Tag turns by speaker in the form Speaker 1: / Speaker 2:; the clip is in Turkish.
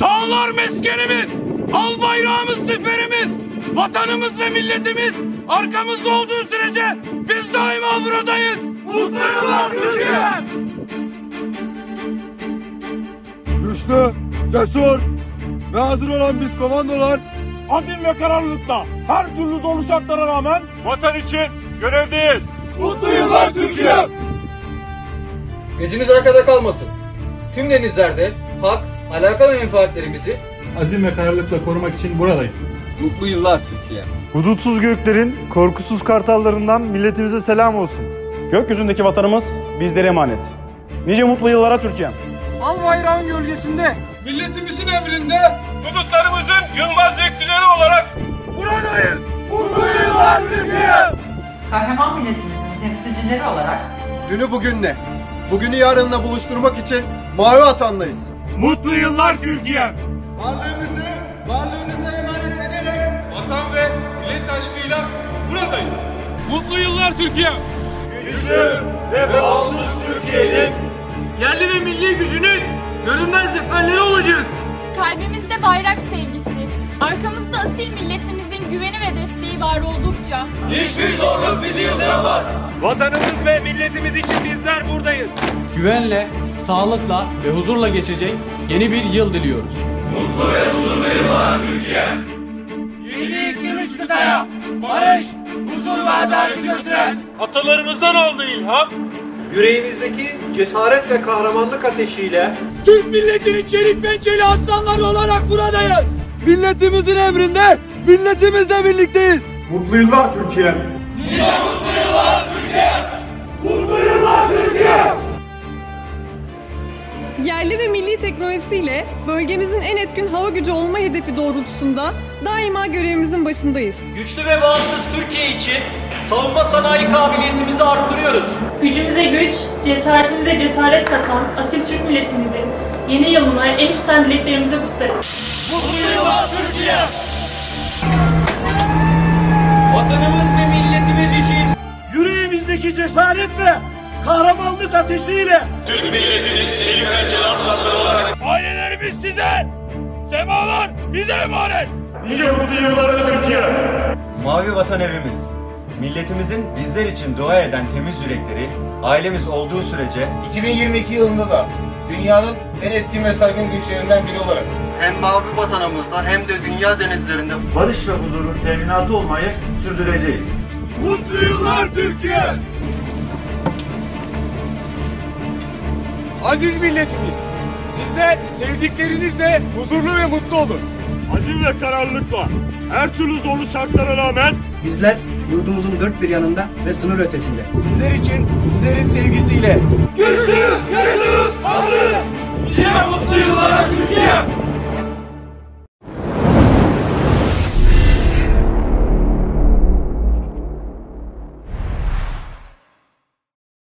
Speaker 1: Dağlar meskenimiz, al bayrağımız siperimiz, vatanımız ve milletimiz arkamızda olduğu sürece biz daima buradayız. Mutlu yıllar Türkiye!
Speaker 2: Güçlü, cesur ve hazır olan biz komandolar
Speaker 1: Azim ve kararlılıkla her türlü zorlu şartlara rağmen vatan için görevdeyiz. Mutlu yıllar Türkiye!
Speaker 3: Gücümüz arkada kalmasın. Tüm denizlerde hak, alaka ve menfaatlerimizi
Speaker 4: azim ve kararlılıkla korumak için buradayız.
Speaker 5: Mutlu yıllar Türkiye.
Speaker 6: Hudutsuz göklerin korkusuz kartallarından milletimize selam olsun.
Speaker 7: Gökyüzündeki vatanımız bizlere emanet. Nice mutlu yıllara Türkiye'm.
Speaker 5: Al bayrağın gölgesinde
Speaker 1: Milletimizin emrinde hudutlarımızın yılmaz bekçileri olarak buradayız. Mutlu yıllar Türkiye!
Speaker 8: kahraman milletimizin temsilcileri olarak
Speaker 2: dünü bugünle, bugünü yarınla buluşturmak için mavi vatandayız.
Speaker 1: Mutlu yıllar Türkiye'm.
Speaker 9: Varlığınızı, varlığınıza emanet ederek vatan ve millet aşkıyla buradayım.
Speaker 1: Mutlu yıllar Türkiye. Güçlü ve bağımsız Türkiye'nin yerli ve milli gücünün görünmez zaferleri olacağız.
Speaker 10: Kalbimizde bayrak sevgisi, arkamızda asil milletimizin güveni ve desteği var oldukça
Speaker 1: Hiçbir zorluk bizi yıldıramaz. Vatanımız ve milletimiz için bizler buradayız.
Speaker 11: güvenle, sağlıkla ve huzurla geçecek yeni bir yıl diliyoruz.
Speaker 1: İyilik, gümüş kıtaya, barış, huzur ve adalet götüren atalarımızdan aldığı ilham
Speaker 3: yüreğimizdeki cesaret ve kahramanlık ateşiyle
Speaker 1: Türk milletinin çelik pençeli aslanları olarak buradayız.
Speaker 5: milletimizin emrinde milletimizle birlikteyiz.
Speaker 2: Mutlu yıllar Türkiye.
Speaker 12: Yerli ve milli teknolojisiyle bölgemizin en etkin hava gücü olma hedefi doğrultusunda daima görevimizin başındayız.
Speaker 1: Güçlü ve bağımsız Türkiye için savunma sanayi kabiliyetimizi arttırıyoruz.
Speaker 13: Gücümüze güç, cesaretimize cesaret katan asil Türk milletimizin yeni yılına en içten dileklerimizi kutlarız.
Speaker 1: Mutlu yıllar Türkiye! Vatanımız ve milletimiz için yüreğimizdeki cesaret ve kahramanlık ateşiyle
Speaker 9: Türk milletinin çelik pençeli aslanları olarak
Speaker 1: ailelerimiz size, semalar bize emanet. Nice mutlu yıllara Türkiye!
Speaker 2: Mavi vatan evimiz. Milletimizin bizler için dua eden temiz yürekleri ailemiz olduğu sürece
Speaker 3: 2022 yılında da dünyanın en etkin ve saygın güçlerinden biri olarak
Speaker 5: Hem mavi vatanımızda hem de dünya denizlerinde barış ve huzurun teminatı olmayı sürdüreceğiz.
Speaker 1: Mutlu yıllar Türkiye!
Speaker 2: Aziz milletimiz, sizler sevdiklerinizle huzurlu ve mutlu olun.
Speaker 1: Azim ve kararlılıkla her türlü zorlu şartlara rağmen
Speaker 3: bizler yurdumuzun dört bir yanında ve sınır ötesinde
Speaker 2: Sizler için, sizlerin sevgisiyle
Speaker 1: güçlü, güçlü